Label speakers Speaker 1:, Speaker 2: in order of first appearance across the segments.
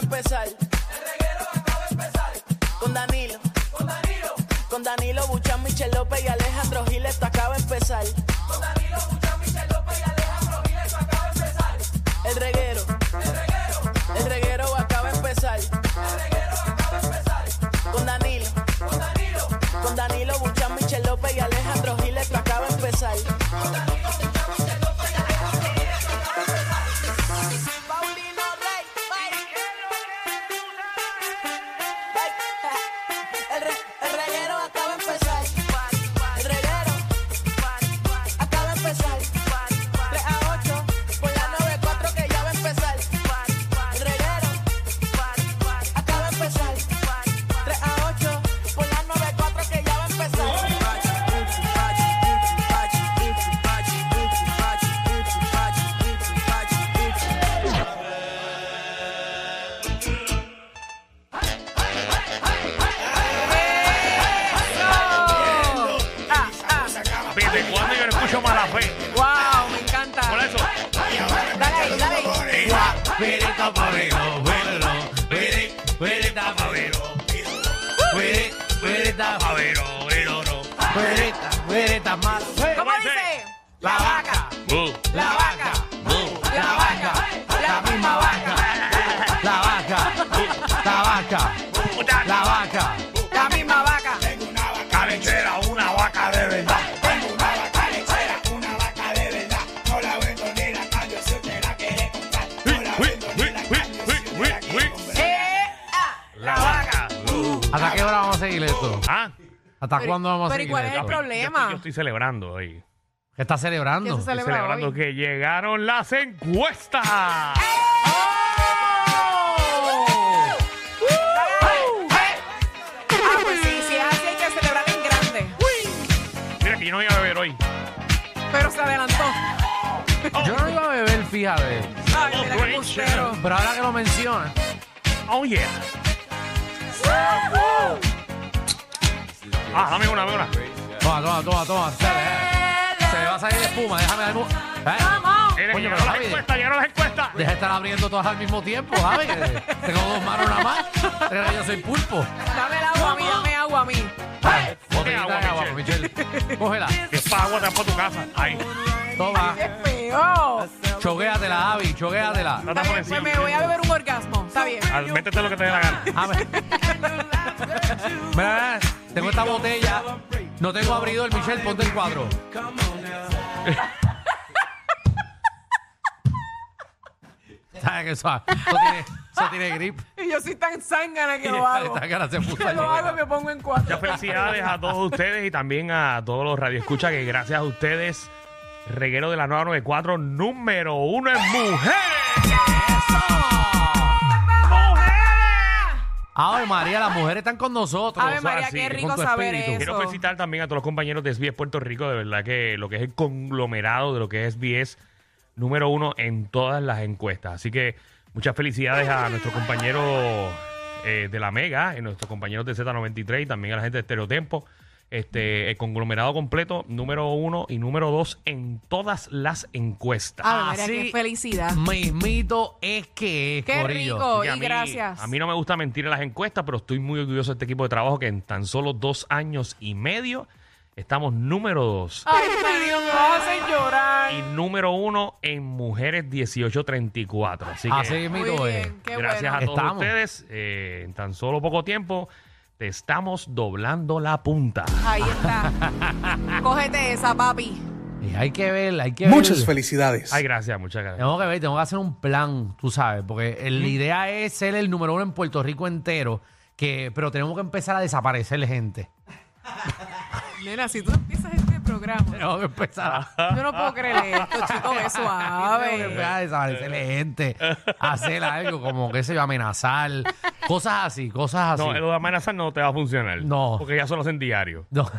Speaker 1: empezar. El reguero acaba de empezar. Con Danilo. Con Danilo. Con Danilo Buchan, Michel López y Alejandro Gil, esto acaba de empezar. Con Danilo Buchan, Michel López y Alejandro Gil, esto acaba de empezar. El reguero. El reguero. El reguero acaba de empezar. El reguero acaba de empezar. Con Danilo. Con Danilo. Con Danilo Buchan, Michel López y Alejandro Gil, esto acaba de empezar. Con Danilo Buchan, Michel López y Alejandro Gil, esto acaba de empezar. Paulino Rey, El, re- el reguero acaba de empezar. El reguero acaba de empezar. 3 a 8 por la 94 que ya va a empezar. El reguero acaba de empezar. 3 a 8 por la 94 que ya va a empezar.
Speaker 2: ¿Desde cuándo yo no escucho mala fe?
Speaker 3: ¡Wow! Me encanta.
Speaker 2: Por eso,
Speaker 3: Dale ahí, dale ahí.
Speaker 2: a ver, oh, ver, oh, no.
Speaker 3: ¿Cómo
Speaker 2: ¿Cómo
Speaker 3: dice?
Speaker 2: dice?
Speaker 4: La vaca,
Speaker 2: Bu,
Speaker 4: la vaca,
Speaker 2: bu,
Speaker 4: la vaca, la misma vaca, la vaca, la vaca,
Speaker 2: puta,
Speaker 4: la vaca,
Speaker 3: La misma vaca.
Speaker 5: Tengo una vaca lechera, una vaca de verdad. Tengo una vaca lechera, una vaca de verdad. No la vendo ni en la calle si usted la quiere comprar. No la vendo ni en la calle si usted la quiere comprar.
Speaker 3: Eh, ah.
Speaker 2: la vaca. Bu.
Speaker 4: ¿Hasta qué hora vamos a seguir esto?
Speaker 2: Ah,
Speaker 4: ¿Hasta cuándo vamos a
Speaker 3: pero ¿y
Speaker 4: seguir
Speaker 3: cuál es el
Speaker 4: esto?
Speaker 3: problema?
Speaker 2: Yo, yo estoy celebrando hoy.
Speaker 4: ¿Qué está
Speaker 3: ¿Qué
Speaker 4: celebrando?
Speaker 3: se celebra
Speaker 2: Estoy celebrando
Speaker 3: hoy?
Speaker 2: que llegaron las encuestas.
Speaker 3: ¡Oh! Ah, pues sí, si es así hay que celebrar en grande.
Speaker 2: Mira que yo no iba a beber hoy.
Speaker 3: Pero se adelantó.
Speaker 4: Yo no iba a beber, fíjate.
Speaker 3: Ay, mira qué embustero.
Speaker 4: Pero ahora que lo mencionas,
Speaker 2: Oh, yeah. Ah, dame una, dame una.
Speaker 4: toma, toma, toma, toma. Se le, se le va a salir espuma, déjame darme un- ¿Eh?
Speaker 2: Mira, que
Speaker 4: Coño,
Speaker 2: llegaron
Speaker 4: pero
Speaker 2: las
Speaker 4: Javi.
Speaker 2: encuestas, llegaron las encuestas.
Speaker 4: Deja de estar abriendo todas al mismo tiempo, ¿sabes? Que Tengo dos manos nada más. Creo que Yo soy pulpo.
Speaker 3: Dame el agua a mí, dame agua a mí.
Speaker 4: Dale,
Speaker 2: Qué
Speaker 4: Botellita de
Speaker 2: agua,
Speaker 4: agua, Michelle. Cógela.
Speaker 2: Que es para agua, te vas para tu casa. Ahí,
Speaker 4: Toma.
Speaker 3: ¡Qué feo!
Speaker 4: Choguéatela, Avi, choguéatela.
Speaker 2: no
Speaker 3: Está
Speaker 2: te
Speaker 3: bien, pues me voy a beber un orgasmo. Está bien.
Speaker 2: Métete lo que te dé la gana.
Speaker 4: Ah, me- Mira, mira, tengo esta botella. No tengo abridor, Michelle, ponte el cuadro. ¿Sabes que eso, eso tiene, eso tiene grip?
Speaker 3: Y yo soy tan zángana que lo hago.
Speaker 4: Esta cara se puso
Speaker 3: Que lo
Speaker 4: a
Speaker 3: hago y me pongo en cuatro.
Speaker 2: Muchas felicidades a todos ustedes y también a todos los radioescuchas que gracias a ustedes, reguero de la 994, número uno en mujeres.
Speaker 4: Ay, Ah, oh, María, las mujeres están con nosotros. Ah,
Speaker 3: Ave María,
Speaker 2: así,
Speaker 3: qué
Speaker 2: con
Speaker 3: rico
Speaker 4: tu
Speaker 3: saber
Speaker 4: espíritu.
Speaker 3: eso.
Speaker 2: Quiero felicitar también a todos los compañeros de SBS Puerto Rico, de verdad que lo que es el conglomerado de lo que es SBS, número uno en todas las encuestas. Así que muchas felicidades a nuestros compañeros eh, de la Mega, y nuestros compañeros de Z93 y también a la gente de Estereotempo. Este, el conglomerado completo, número uno y número dos en todas las encuestas.
Speaker 3: Ave María,
Speaker 4: Así-
Speaker 3: qué felicidad.
Speaker 4: Mismito es que es,
Speaker 3: Qué
Speaker 4: corillo.
Speaker 3: rico
Speaker 2: Que a
Speaker 3: oh, y
Speaker 2: mí-
Speaker 3: gracias.
Speaker 2: A mí no me gusta mentir en las encuestas, pero estoy muy orgulloso de este equipo de trabajo que en tan solo dos años y medio estamos número dos
Speaker 3: Ay, me Dios, me vas a hacer llorar.
Speaker 2: y número uno en mujeres 1834. Así que
Speaker 4: Así
Speaker 3: Muy
Speaker 4: mismito es.
Speaker 3: bien, qué
Speaker 2: gracias
Speaker 3: bueno.
Speaker 2: a todos
Speaker 4: Ah, Estamos.
Speaker 2: ustedes. eh, en tan solo poco tiempo te estamos doblando la punta.
Speaker 3: Ahí está. Cógete esa, papi.
Speaker 4: Y hay que ver, hay que ver.
Speaker 6: Muchas felicidades.
Speaker 2: Ay, gracias, muchas gracias.
Speaker 4: Tengo que ver, tengo que hacer un plan, tú sabes, porque el- la idea es ser el número uno en Puerto Rico entero, que, pero tenemos que empezar a desaparecer gente.
Speaker 3: Nena, si tú empiezas este programa,
Speaker 4: Tenemos que empezar a,
Speaker 3: yo no puedo creer esto, chicos, es
Speaker 4: tenemos que
Speaker 3: suave.
Speaker 4: empezar a desaparecer
Speaker 2: Eh.
Speaker 4: gente, hacer algo como, qué sé yo, amenazar, cosas así, cosas así.
Speaker 2: No, lo de amenazar no te va a funcionar.
Speaker 4: No.
Speaker 2: Porque ya solo hacen diario.
Speaker 4: No.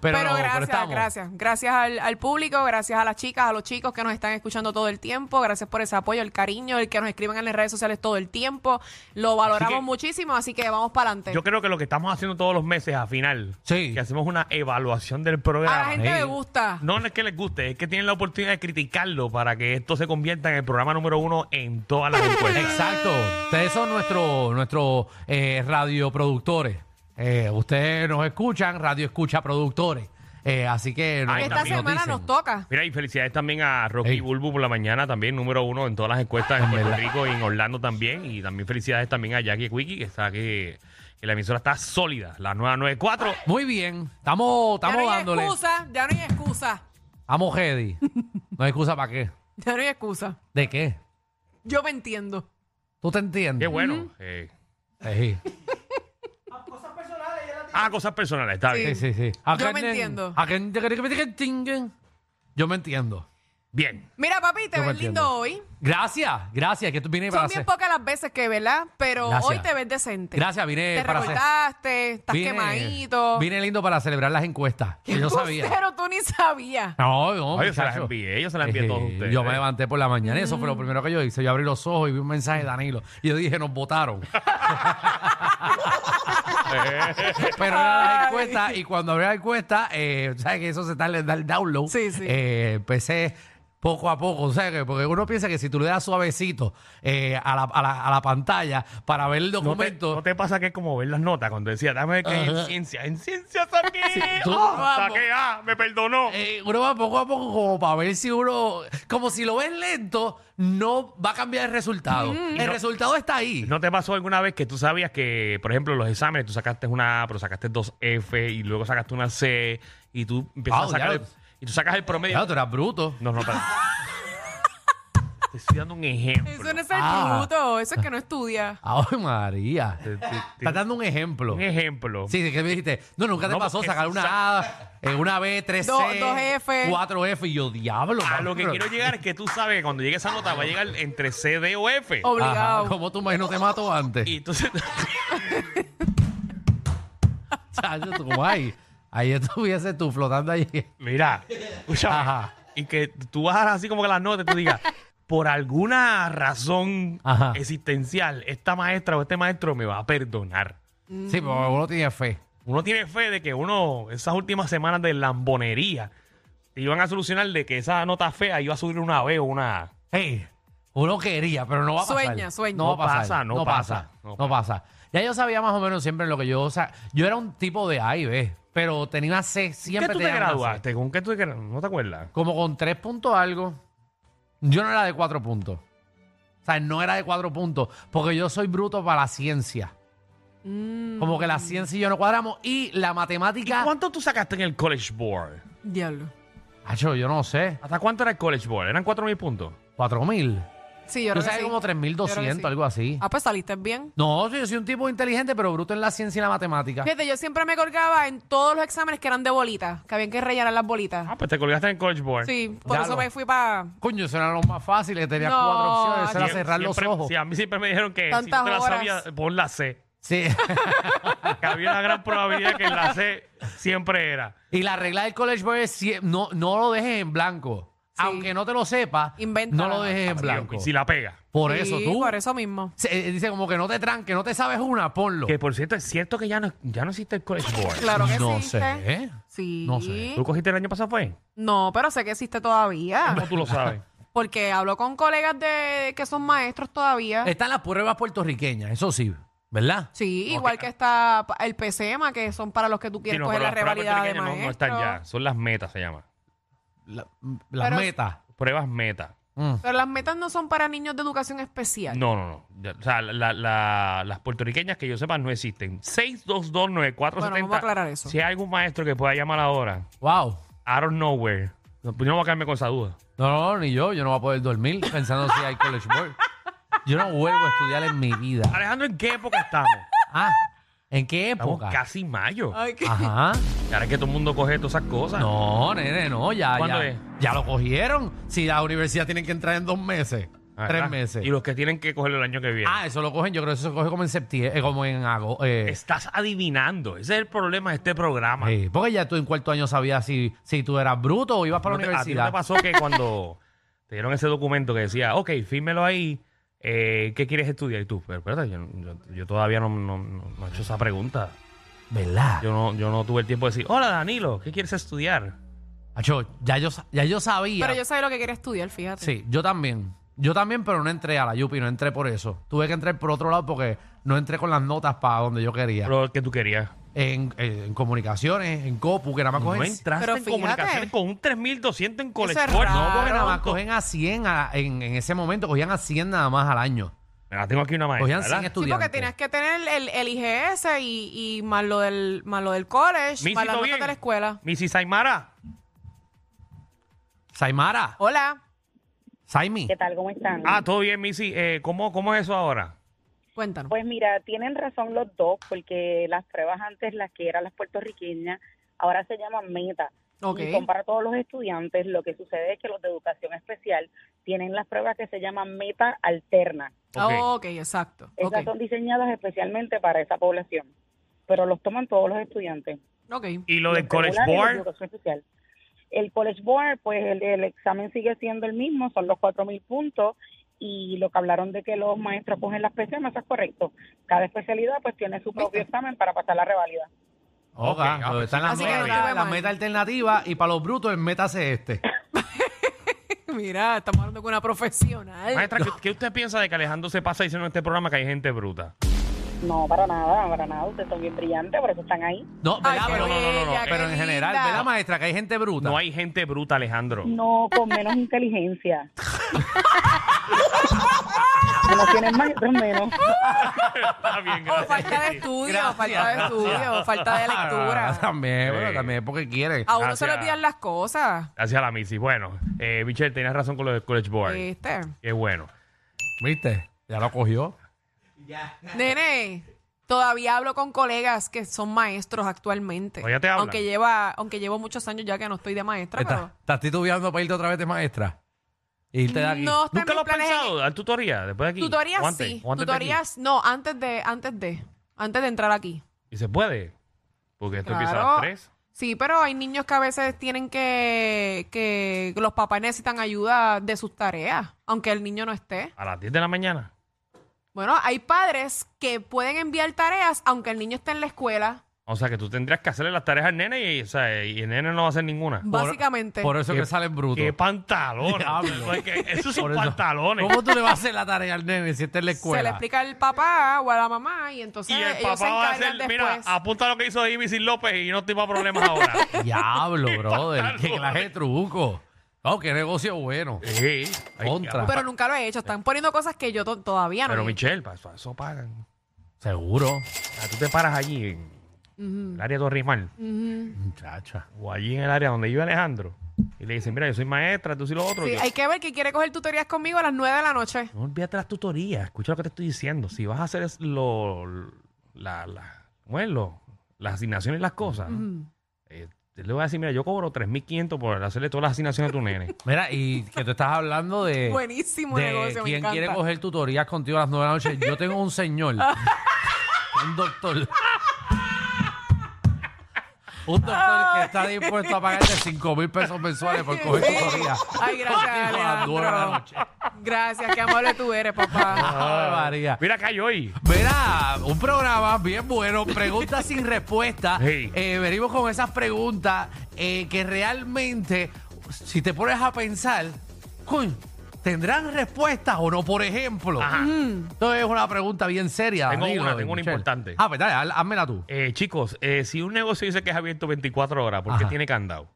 Speaker 4: Pero,
Speaker 3: Pero
Speaker 4: no,
Speaker 3: gracias,
Speaker 4: pero estamos.
Speaker 3: gracias. Gracias al, al público, gracias a las chicas, a los chicos que nos están escuchando todo el tiempo. Gracias por ese apoyo, el cariño, el que nos escriben en las redes sociales todo el tiempo. Lo valoramos
Speaker 2: que-
Speaker 3: muchísimo, así que vamos para adelante.
Speaker 2: Yo creo que lo que estamos haciendo todos los meses a final,
Speaker 4: Sí.
Speaker 2: que hacemos una evaluación del
Speaker 3: A
Speaker 2: programa.
Speaker 3: la gente
Speaker 4: Sí.
Speaker 3: le gusta.
Speaker 2: No no es que les guste, es que tienen la oportunidad de criticarlo para que esto se convierta en el programa número uno en todas las encuestas.
Speaker 4: Exacto. Ustedes son nuestros nuestros eh, radioproductores. Eh, ustedes nos escuchan, radio escucha productores. Eh, así que nos-
Speaker 2: Ay,
Speaker 3: Esta
Speaker 2: también
Speaker 3: semana
Speaker 4: dicen.
Speaker 3: nos toca.
Speaker 2: Mira, y felicidades también a Rocky
Speaker 4: Ey.
Speaker 2: Bulbu por la mañana, también número uno en todas las encuestas en
Speaker 4: En
Speaker 2: Puerto
Speaker 4: verdad.
Speaker 2: Rico y en Orlando también. Y también felicidades también a Jackie Wiki, que está aquí, que la emisora está sólida, la nueva 94.
Speaker 4: Muy bien. Estamos,
Speaker 3: ya
Speaker 4: estamos
Speaker 3: no hay
Speaker 4: dándole.
Speaker 3: excusa, ya no hay excusa.
Speaker 4: Estamos ready. No hay excusa para qué.
Speaker 3: Ya no hay excusa.
Speaker 4: ¿De qué?
Speaker 3: Yo me entiendo.
Speaker 4: ¿Tú te
Speaker 2: Qué
Speaker 4: entiendes?
Speaker 2: bueno. eh.
Speaker 4: Sí,
Speaker 2: Ah, cosas personales, está
Speaker 3: Sí.
Speaker 2: bien.
Speaker 4: sí, sí. sí.
Speaker 3: Yo me entiendo.
Speaker 4: Yo me entiendo.
Speaker 2: Bien.
Speaker 3: Mira, papi, te
Speaker 4: Yo me
Speaker 3: ves
Speaker 4: entiendo.
Speaker 3: lindo hoy.
Speaker 4: Gracias, gracias, que tú vienes para
Speaker 3: Son bien
Speaker 4: hacer.
Speaker 3: pocas las veces que, ¿verdad? Pero
Speaker 4: Gracias.
Speaker 3: hoy te ves decente.
Speaker 4: Gracias, vine
Speaker 3: Te
Speaker 4: para hacer.
Speaker 3: recortaste, estás quemadito.
Speaker 4: Vine lindo para celebrar las encuestas. que yo sabía.
Speaker 3: Pero tú ni sabías.
Speaker 4: No, no,
Speaker 2: Ay, yo se las
Speaker 4: muchacho.
Speaker 2: envié, yo se las envié a
Speaker 4: Eh,
Speaker 2: todos ustedes.
Speaker 4: Yo me levanté por la mañana, eso
Speaker 3: Mm.
Speaker 4: fue lo primero que yo hice. Yo abrí los ojos y vi un mensaje de Danilo. Y yo dije, nos votaron. Pero era la
Speaker 3: Ay.
Speaker 4: encuesta y cuando abrí la encuesta, eh, ¿sabes que eso se tarda en dar download?
Speaker 3: Sí, sí.
Speaker 4: Eh, empecé poco a poco, ¿sabes? que? Porque uno piensa que si tú le das suavecito eh, a, la, a la- a la pantalla para ver el
Speaker 2: ¿No te,
Speaker 4: documento...
Speaker 2: no te pasa que es como ver las notas cuando decía, dame ver que hay en ciencia? En ciencia saqué.
Speaker 4: tú-
Speaker 2: Ah, saqué, ah, me perdonó.
Speaker 4: Eh, uno va poco a poco como para ver si uno, como si lo ves lento, no va a cambiar el resultado.
Speaker 3: Mm.
Speaker 4: El
Speaker 2: No-
Speaker 4: resultado está ahí.
Speaker 2: ¿No te pasó alguna vez que tú sabías que, por ejemplo, en los exámenes tú sacaste una A, pero sacaste dos F y luego sacaste una C y tú empiezas
Speaker 4: Ah,
Speaker 2: a sacar el,
Speaker 4: diablo.
Speaker 2: y tú sacas el promedio?
Speaker 4: Claro, tú eras bruto.
Speaker 2: No, no, para. Te estoy dando un ejemplo.
Speaker 3: Eso no es el
Speaker 4: Ah.
Speaker 3: bruto, eso es que no estudia.
Speaker 4: Ay, María.
Speaker 2: Te- te- te-
Speaker 4: Estás dando un ejemplo.
Speaker 2: Un ejemplo.
Speaker 4: Sí, sí, que me dijiste, no, nunca te
Speaker 2: No,
Speaker 4: pasó
Speaker 2: porque
Speaker 4: sacar una A, eh, una B, tres C,
Speaker 3: Do- dos F.
Speaker 4: cuatro F, y yo, diablo.
Speaker 2: A lo
Speaker 4: mano,
Speaker 2: que
Speaker 4: pero-
Speaker 2: quiero llegar es que tú sabes que cuando llegue esa nota va a llegar entre C, D o F.
Speaker 4: Ajá,
Speaker 3: Obligado.
Speaker 4: ¿Cómo tú me- no te mato antes?
Speaker 2: Y entonces.
Speaker 4: Chacho, tú, como, ay, ahí estuviese tú flotando allí.
Speaker 2: Mira, escucha,
Speaker 4: Ajá.
Speaker 2: y que tú bajas así como que las notas y tú digas, por alguna razón
Speaker 4: Ajá.
Speaker 2: existencial, esta maestra o este maestro me va a perdonar.
Speaker 3: Mm.
Speaker 4: Sí, porque uno tiene fe.
Speaker 2: Uno tiene fe de que uno, esas últimas semanas de lambonería, te iban a solucionar de que esa nota fea iba a subir una B o una A.
Speaker 4: Hey, uno quería, pero no va a pasar.
Speaker 3: Sueña, sueña.
Speaker 4: No, va a pasar,
Speaker 2: pasa, no
Speaker 4: no
Speaker 2: pasa,
Speaker 4: pasa,
Speaker 2: no
Speaker 4: no pasa. Ya yo sabía más o menos siempre lo que yo, o sea, yo era un tipo de A y B, pero tenía una C,
Speaker 2: ¿Qué
Speaker 4: siempre
Speaker 2: tú te
Speaker 4: tenía una C.
Speaker 2: graduaste? ¿Con qué tú te graduaste? ¿No te acuerdas?
Speaker 4: Como con tres puntos algo. Yo no era de cuatro puntos. O sea, no era de cuatro puntos, porque yo soy bruto para la ciencia.
Speaker 3: Mm,
Speaker 4: Como que la ciencia y yo no cuadramos. Y la
Speaker 2: ¿Y
Speaker 4: matemática...
Speaker 2: cuánto tú sacaste en el College Board?
Speaker 3: diablo.
Speaker 4: Acho, yo no sé.
Speaker 2: ¿Hasta cuánto era el College Board? ¿Eran 4.000 puntos?
Speaker 4: Cuatro mil.
Speaker 3: Sí, yo
Speaker 4: Yo
Speaker 3: creo que
Speaker 4: sabía
Speaker 3: sí.
Speaker 4: como tres mil doscientos, algo así.
Speaker 3: Ah, pues saliste bien.
Speaker 4: No, yo soy un tipo inteligente, pero bruto en la ciencia y la matemática.
Speaker 3: Fíjate, yo siempre me colgaba en todos los exámenes que eran de bolitas, que habían que rellenar las bolitas.
Speaker 2: Ah, pues te colgaste en el College Board.
Speaker 3: Sí, por
Speaker 4: Ya
Speaker 3: eso
Speaker 4: lo-
Speaker 3: me fui para...
Speaker 4: Coño, eso era lo más fácil, que tenías
Speaker 3: No,
Speaker 4: cuatro opciones, eso era
Speaker 2: Sie-
Speaker 4: cerrar los
Speaker 2: siempre-
Speaker 4: ojos.
Speaker 2: sí, a mí siempre me dijeron que si
Speaker 3: Tantas
Speaker 2: no te la
Speaker 3: horas.
Speaker 2: sabías, pon la C.
Speaker 4: Sí.
Speaker 2: Que había una gran probabilidad que la C siempre era.
Speaker 4: y la regla del college boy es sie- no, no lo dejes en blanco.
Speaker 3: Sí.
Speaker 4: Aunque no te lo sepas,
Speaker 3: Invéntala.
Speaker 4: no lo dejes en blanco.
Speaker 2: Y si la pega.
Speaker 4: Por
Speaker 3: Sí,
Speaker 4: eso tú.
Speaker 3: por eso mismo.
Speaker 4: se- eh, dice como que no te tranque, no te sabes una, ponlo.
Speaker 2: Que por cierto, es cierto que ya no, ya no existe el College Board.
Speaker 3: Claro que
Speaker 4: no
Speaker 3: existe.
Speaker 4: sé.
Speaker 3: Sí.
Speaker 4: No sé.
Speaker 2: ¿Tú cogiste el año pasado fue?
Speaker 3: No, pero sé que existe todavía.
Speaker 2: ¿Cómo tú lo sabes?
Speaker 3: Porque hablo con colegas de que son maestros todavía.
Speaker 2: Eh,
Speaker 4: Están las pruebas puertorriqueñas, eso sí, ¿verdad?
Speaker 3: Sí, igual que está pa- el PCMA, que son para los que tú
Speaker 2: Sí,
Speaker 3: quieres
Speaker 2: no,
Speaker 3: coger
Speaker 2: pero
Speaker 3: la
Speaker 2: las pruebas
Speaker 3: revalidad de
Speaker 2: puertorriqueñas no,
Speaker 3: maestro.
Speaker 2: no están ya. Son las metas, se llama.
Speaker 4: La- m- las
Speaker 3: Pero-
Speaker 4: metas.
Speaker 2: Pruebas metas.
Speaker 4: Mm.
Speaker 3: Pero las metas no son para niños de educación especial.
Speaker 2: No, no, no. Ya, O sea, la- la- la- las puertorriqueñas que yo sepa no existen. 6229470.
Speaker 3: Bueno, vamos a aclarar eso.
Speaker 2: Si hay algún maestro que pueda llamar ahora,
Speaker 4: Wow.
Speaker 2: out of nowhere. No, pues yo no voy a quedarme con esa duda.
Speaker 4: No, no, ni yo, yo no voy a poder dormir pensando si hay college board. Yo no vuelvo a estudiar en mi vida.
Speaker 2: Alejandro, ¿en qué época estamos?
Speaker 4: Ah, ¿en qué
Speaker 2: Estamos
Speaker 4: época?
Speaker 2: casi mayo.
Speaker 3: Ay, que-
Speaker 4: Ajá.
Speaker 2: Y Ahora es que todo el mundo coge todas esas cosas.
Speaker 4: No, nene, no, ya,
Speaker 2: ¿Cuándo
Speaker 4: ya.
Speaker 2: es?
Speaker 4: Ya lo cogieron. Si la universidad tienen que entrar en dos meses.
Speaker 2: Ah,
Speaker 4: tres
Speaker 2: ah,
Speaker 4: meses.
Speaker 2: Y los que tienen que cogerlo el año que viene.
Speaker 4: Ah, eh. eso lo cogen, yo creo que eso se coge como en septiembre, eh, como en agosto.
Speaker 2: Estás adivinando. Ese es el problema de este programa.
Speaker 4: porque ya tú en cuarto año sabías si, si tú eras bruto o ibas para
Speaker 2: ¿No te- ¿A
Speaker 4: la
Speaker 2: ti no
Speaker 4: universidad.
Speaker 2: te pasó que cuando te dieron ese documento que decía, ok, fírmelo ahí, eh, ¿qué quieres estudiar? Y tú, pero espérate, yo, yo- yo todavía no, no- no- no he hecho esa pregunta.
Speaker 4: ¿Verdad?
Speaker 2: Yo no, yo no tuve el tiempo de decir, hola Danilo, ¿qué quieres estudiar?
Speaker 4: Acho, ya, yo, sa- ya yo sabía.
Speaker 3: Pero yo sabía lo que quería estudiar, fíjate.
Speaker 4: Sí, yo también. Yo también, pero no entré a la Yupi, no entré por eso. Tuve que entrar por otro lado porque no entré con las notas para donde yo quería.
Speaker 2: Lo que tú querías.
Speaker 4: En, en- en comunicaciones, en COPU, que nada más
Speaker 2: No
Speaker 4: cogen.
Speaker 2: entraste
Speaker 3: Pero
Speaker 2: en
Speaker 3: fíjate.
Speaker 2: comunicaciones con un 3200 en
Speaker 3: es
Speaker 2: colector.
Speaker 3: raro.
Speaker 4: No, porque nada más
Speaker 2: cogen-
Speaker 4: cogen a 100 a- en, en ese momento, cogían a 100 nada más al año.
Speaker 2: Mira, Ah, tengo aquí una maestra.
Speaker 4: Cogían 100
Speaker 2: ¿verdad?
Speaker 3: Sí,
Speaker 4: estudiantes.
Speaker 3: porque tenías que tener el, el IGS y, y más lo del, más lo del college,
Speaker 2: Missy,
Speaker 3: más las
Speaker 2: ¿todo
Speaker 3: notas
Speaker 2: bien?
Speaker 3: de la escuela.
Speaker 2: Missy Saimara.
Speaker 4: Saimara,
Speaker 3: Hola,
Speaker 4: Saimi.
Speaker 6: ¿Qué tal? ¿Cómo están?
Speaker 2: Ah, todo bien, Missy. Eh, ¿cómo, ¿Cómo es eso ahora?
Speaker 3: cuéntanos.
Speaker 6: Pues mira, tienen razón los dos, porque las pruebas antes, las que eran las puertorriqueñas, ahora se llaman meta.
Speaker 3: Ok.
Speaker 6: Y son para todos los estudiantes. Lo que sucede es que los de educación especial tienen las pruebas que se llaman meta alterna.
Speaker 3: Ah,
Speaker 2: Ok.
Speaker 3: ok, exacto.
Speaker 6: Esas
Speaker 3: Ok,
Speaker 6: son diseñadas especialmente para esa población, pero los toman todos los estudiantes.
Speaker 3: ok.
Speaker 2: ¿Y lo del
Speaker 6: Los
Speaker 2: College
Speaker 6: regulares y los de
Speaker 2: Board?
Speaker 6: educación especial. El College Board, pues el, el examen sigue siendo el mismo, son los 4.000 puntos y lo que hablaron de que los maestros cogen la especialidad, eso es correcto. Cada especialidad pues tiene su propio examen para pasar la revalida.
Speaker 2: Ok,
Speaker 4: Ok,
Speaker 2: ah,
Speaker 4: pero
Speaker 2: pues
Speaker 4: están
Speaker 2: sí,
Speaker 4: las
Speaker 2: así que no
Speaker 4: metas,
Speaker 3: estuve
Speaker 4: las
Speaker 3: mal.
Speaker 4: metas alternativas y para los brutos el meta hace este.
Speaker 3: Mira, estamos hablando con una profesional.
Speaker 2: Maestra, ¿qué, qué usted piensa de que Alejandro se pasa diciendo en este programa que hay gente bruta?
Speaker 6: No, para nada, para nada, ustedes son bien brillantes, por eso están ahí.
Speaker 4: No,
Speaker 3: Ay,
Speaker 4: ¿verdad?
Speaker 3: qué
Speaker 4: pero, no, no, no, no.
Speaker 3: bella,
Speaker 4: Pero
Speaker 3: qué
Speaker 4: en general,
Speaker 3: linda.
Speaker 4: ¿verdad, maestra? Que hay gente bruta.
Speaker 2: No hay gente bruta, Alejandro.
Speaker 6: No, con menos inteligencia. Unos tienen más, otros menos.
Speaker 2: Está Ah, bien,
Speaker 3: O falta de
Speaker 2: Missy.
Speaker 3: estudio,
Speaker 4: Gracias,
Speaker 3: falta de estudio,
Speaker 4: gracias.
Speaker 3: falta de
Speaker 4: Ah,
Speaker 3: lectura. Ah.
Speaker 4: también,
Speaker 2: Sí.
Speaker 4: bueno, también porque quieren.
Speaker 3: A uno se le
Speaker 2: Gracias.
Speaker 3: olvidan las cosas.
Speaker 2: Gracias a la Missy. Bueno, eh, Michelle, tenías razón con lo del College Board.
Speaker 3: ¿Viste?
Speaker 2: Qué bueno.
Speaker 4: ¿Viste? Ya lo cogió.
Speaker 3: Nene, todavía hablo con colegas que son maestros actualmente.
Speaker 2: Todavía te hablan.
Speaker 3: aunque lleva, aunque llevo muchos años ya que no estoy de maestra,
Speaker 4: Estás estás titubeando para irte otra vez de maestra. Irte de
Speaker 3: pero
Speaker 4: aquí.
Speaker 3: no está en
Speaker 2: ¿Nunca
Speaker 3: mis
Speaker 2: lo has
Speaker 3: planes en-
Speaker 2: pensado? ¿Al tutoría? Después de aquí.
Speaker 3: Tutorías
Speaker 2: ¿O antes?
Speaker 3: sí,
Speaker 2: ¿O antes de aquí?
Speaker 3: tutorías no, antes de, antes de, antes de entrar aquí.
Speaker 2: ¿Y se puede? Porque esto empieza a
Speaker 3: Claro.
Speaker 2: las 3.
Speaker 3: Sí, pero hay niños que a veces tienen que, que los papás necesitan ayuda de sus tareas, aunque el niño no esté.
Speaker 2: A las 10 de la mañana.
Speaker 3: Bueno, hay padres que pueden enviar tareas aunque el niño esté en la escuela,
Speaker 2: O sea, que tú tendrías que hacerle las tareas al nene y, o sea, y el nene no va a hacer ninguna.
Speaker 4: Por-
Speaker 3: básicamente.
Speaker 4: Por eso
Speaker 2: Qué-
Speaker 4: que salen brutos.
Speaker 2: ¡Qué pantalón!
Speaker 4: Diablo.
Speaker 2: Eso es que- Esos son
Speaker 4: Por eso-
Speaker 2: pantalones.
Speaker 4: ¿Cómo tú le vas a hacer la tarea al nene si está en la escuela?
Speaker 3: Se le explica al papá o a la mamá y entonces
Speaker 2: Y el
Speaker 3: ellos se
Speaker 2: papá va a hacer,
Speaker 3: encargan
Speaker 2: mira,
Speaker 3: después.
Speaker 2: apunta lo que hizo Jimmy Sin López y no estoy para problemas ahora.
Speaker 4: Diablo, brother.
Speaker 2: pantalón.
Speaker 4: Qué clase de truco. Oh, qué negocio bueno.
Speaker 2: Sí. Ay,
Speaker 4: Contra.
Speaker 2: ya.
Speaker 3: pero nunca lo he hecho. Están poniendo cosas que yo to- todavía no
Speaker 2: Pero
Speaker 3: he hecho.
Speaker 2: Michelle, para eso, eso pagan.
Speaker 4: Seguro.
Speaker 2: O sea, tú te paras allí en el área de Torrimal
Speaker 4: Muchacha.
Speaker 2: o allí en el área donde vive Alejandro y le dicen, mira, yo soy maestra, tú sí lo otro.
Speaker 3: Sí,
Speaker 2: Yo,
Speaker 3: hay que ver que quiere coger tutorías conmigo a las 9 de la noche.
Speaker 2: No olvídate las tutorías, escucha lo que te estoy diciendo. Si vas a hacer es lo, la, la, ¿cómo es lo? las asignaciones y las cosas, ¿no? Eh, te le voy a decir, mira, yo cobro 3.500 por hacerle todas las asignaciones a tu nene.
Speaker 4: Mira, y que tú estás hablando de.
Speaker 3: Buenísimo
Speaker 4: Eh, de
Speaker 3: negocio, me
Speaker 4: ¿Quién
Speaker 3: encanta.
Speaker 4: quiere coger tutorías contigo a las 9 de la noche? Yo tengo un señor. un doctor. Un doctor que está dispuesto a pagarte 5 mil pesos mensuales por coger
Speaker 3: Sí.
Speaker 4: tutorías.
Speaker 3: Ay, gracias,
Speaker 4: Contigo a las 9 de la
Speaker 3: Alejandro.
Speaker 4: noche.
Speaker 3: Gracias, qué amable tú eres, papá.
Speaker 4: Ave María.
Speaker 2: mira, cayó hoy.
Speaker 4: Verá, un programa bien bueno, preguntas sin respuesta.
Speaker 2: Sí.
Speaker 4: Eh, venimos con esas preguntas eh, que realmente, si te pones a pensar, coño, ¿tendrán respuestas o no? Por ejemplo,
Speaker 2: Ajá.
Speaker 4: esto es una pregunta bien seria.
Speaker 2: Tengo
Speaker 4: amigo
Speaker 2: una,
Speaker 4: de
Speaker 2: tengo una
Speaker 4: Michelle.
Speaker 2: importante.
Speaker 4: Ah, pues dale, há- házmela tú.
Speaker 2: Eh, chicos, eh, si un negocio dice que es abierto 24 horas, ¿por qué
Speaker 4: Ajá.
Speaker 2: tiene candado?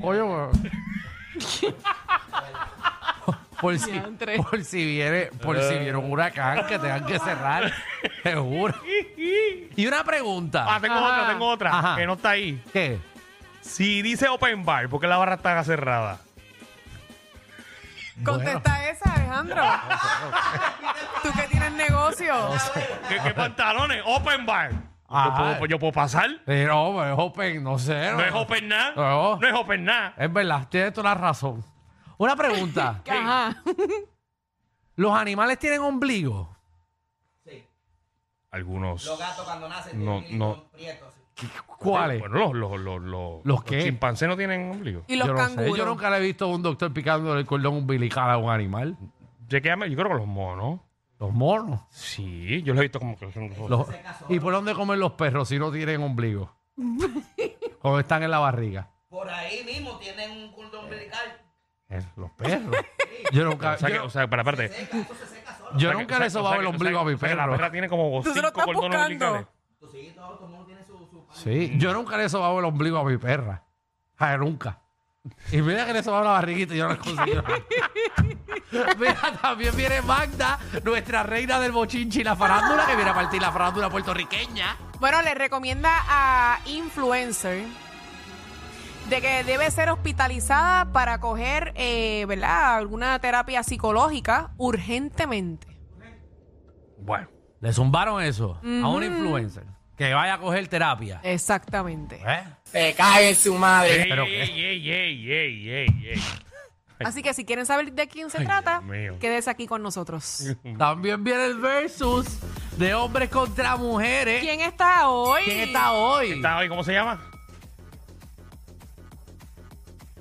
Speaker 4: Coño, eh. Por si,
Speaker 3: Diantre.
Speaker 4: por si viene, por si viene un huracán que tengan que cerrar, seguro. Y una
Speaker 2: Ah,
Speaker 4: pregunta.
Speaker 2: tengo
Speaker 3: Ajá.
Speaker 2: otra, tengo otra,
Speaker 4: Ajá.
Speaker 2: que no está ahí.
Speaker 4: ¿Qué?
Speaker 2: Si dice open bar, ¿por qué la barra está cerrada?
Speaker 3: Contesta esa, Alejandro. tú que tienes negocio.
Speaker 2: ¿Qué, qué pantalones? Open bar. Yo
Speaker 4: Ajá.
Speaker 2: puedo, pues yo puedo pasar.
Speaker 4: Eh, No, pues, es open, no sé.
Speaker 2: No es open nada.
Speaker 4: No.
Speaker 2: No es open nada.
Speaker 4: Es verdad, tienes toda la razón. Una pregunta.
Speaker 3: Que, Ajá.
Speaker 4: ¿Los animales tienen ombligo?
Speaker 7: Sí.
Speaker 2: Algunos.
Speaker 7: Los gatos cuando nacen
Speaker 2: No,
Speaker 7: tienen
Speaker 2: no.
Speaker 7: son prietos.
Speaker 4: ¿Cuáles?
Speaker 2: Bueno, los, los, los, los,
Speaker 4: ¿Los qué?
Speaker 2: chimpancés no tienen ombligo.
Speaker 3: Y los
Speaker 4: yo no sé.
Speaker 3: canguros.
Speaker 4: Yo nunca le he visto a un doctor picando el cordón umbilical a un animal.
Speaker 2: Chequéame, yo creo que los monos.
Speaker 4: Los monos.
Speaker 2: Sí, yo los he visto como que son los-
Speaker 4: Los- ¿Y por dónde comen los perros si no tienen ombligo? Cuando están en la barriga.
Speaker 7: Por ahí mismo tienen un cordón umbilical.
Speaker 4: Eh, Los perros. Yo nunca,
Speaker 2: O sea, que,
Speaker 4: yo,
Speaker 2: o sea, para aparte.
Speaker 7: Eso se seca solo.
Speaker 4: yo
Speaker 2: o sea,
Speaker 4: nunca
Speaker 2: que-
Speaker 4: le he
Speaker 2: o sea,
Speaker 4: sobado
Speaker 2: que-
Speaker 4: el
Speaker 2: o sea,
Speaker 4: ombligo a mi
Speaker 2: o sea, que
Speaker 4: perro.
Speaker 2: La perra tiene como
Speaker 3: Tú se lo
Speaker 2: cinco
Speaker 3: estás
Speaker 2: cordones
Speaker 3: buscando.
Speaker 2: umbilicales.
Speaker 7: Pues sí, todo, todo el mundo tiene su, su pan.
Speaker 4: Sí, yo nunca le he sobado el ombligo a mi perra. Ay, nunca. Y mira que le he sobado la barriguita y yo no he conseguido. mira, también viene Magda, nuestra reina del bochinchi y la farándula, que viene a partir la farándula puertorriqueña.
Speaker 3: Bueno, le recomienda a influencer de que debe ser hospitalizada para coger, eh, ¿verdad? Alguna terapia psicológica urgentemente.
Speaker 2: Bueno,
Speaker 4: Le zumbaron eso a un influencer que vaya a coger terapia.
Speaker 3: Exactamente.
Speaker 4: ¿Eh?
Speaker 5: Se cae en su madre.
Speaker 2: ey,
Speaker 4: pero
Speaker 2: ey,
Speaker 4: qué.
Speaker 2: ey, ey, ey, ey, ey.
Speaker 3: Así que si quieren saber de quién se
Speaker 2: Ay,
Speaker 3: trata,
Speaker 2: Dios mío.
Speaker 3: quédese aquí con nosotros.
Speaker 4: También viene el versus de hombres contra mujeres.
Speaker 3: ¿Quién está hoy?
Speaker 4: ¿Quién está hoy?
Speaker 2: ¿Está hoy cómo se llama?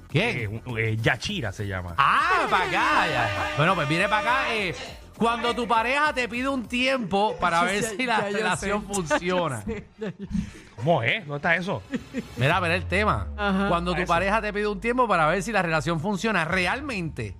Speaker 4: ¿Quién?
Speaker 2: Eh, un- eh, Yachira se llama.
Speaker 4: Ah, para acá. ya. Bueno, pues viene para acá. eh, cuando tu pareja te pide un tiempo para ver si la
Speaker 3: ya yo
Speaker 4: relación
Speaker 3: sé, ya
Speaker 4: funciona.
Speaker 2: ¿Cómo es? ¿Dónde está eso?
Speaker 4: Mira, mira el tema.
Speaker 3: Ajá.
Speaker 4: Cuando tu
Speaker 2: Eso.
Speaker 4: pareja te pide un tiempo para ver si la relación funciona, realmente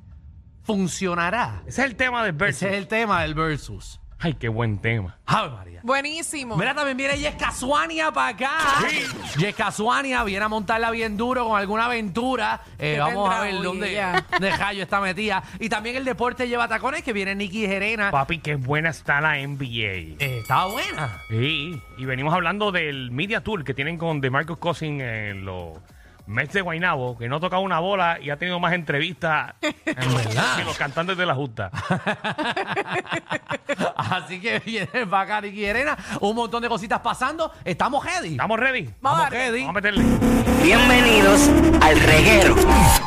Speaker 4: funcionará.
Speaker 2: Ese es el tema del verso.
Speaker 4: Ese es el tema del versus.
Speaker 2: Ay, qué buen tema.
Speaker 4: Ave María.
Speaker 3: Buenísimo.
Speaker 4: Mira, también viene Yesca Suania para acá.
Speaker 2: Sí.
Speaker 4: Yesca Suania viene a montarla bien duro con alguna aventura. Eh,
Speaker 3: ¿Qué
Speaker 4: vamos a
Speaker 3: tendrá
Speaker 4: ver
Speaker 3: hoy
Speaker 4: dónde
Speaker 3: ella?
Speaker 4: de Jayo está metida. Y también el deporte lleva tacones, que viene Nicky Gerena.
Speaker 2: Papi, qué buena está la NBA.
Speaker 4: Eh, estaba buena.
Speaker 2: Sí, y venimos hablando del Media Tour que tienen con DeMarcus Cousin en los Mets de Guaynabo, que no ha tocado una bola y ha tenido más entrevistas
Speaker 4: En verdad. Ah.
Speaker 2: que los cantantes de la justa.
Speaker 4: Así que viene para acá Nicky Gerena. Un montón de cositas pasando. Estamos ready.
Speaker 2: ¿Estamos ready?
Speaker 3: Vamos a darle.
Speaker 4: ready.
Speaker 2: Vamos a meterle.
Speaker 8: Bienvenidos al reguero.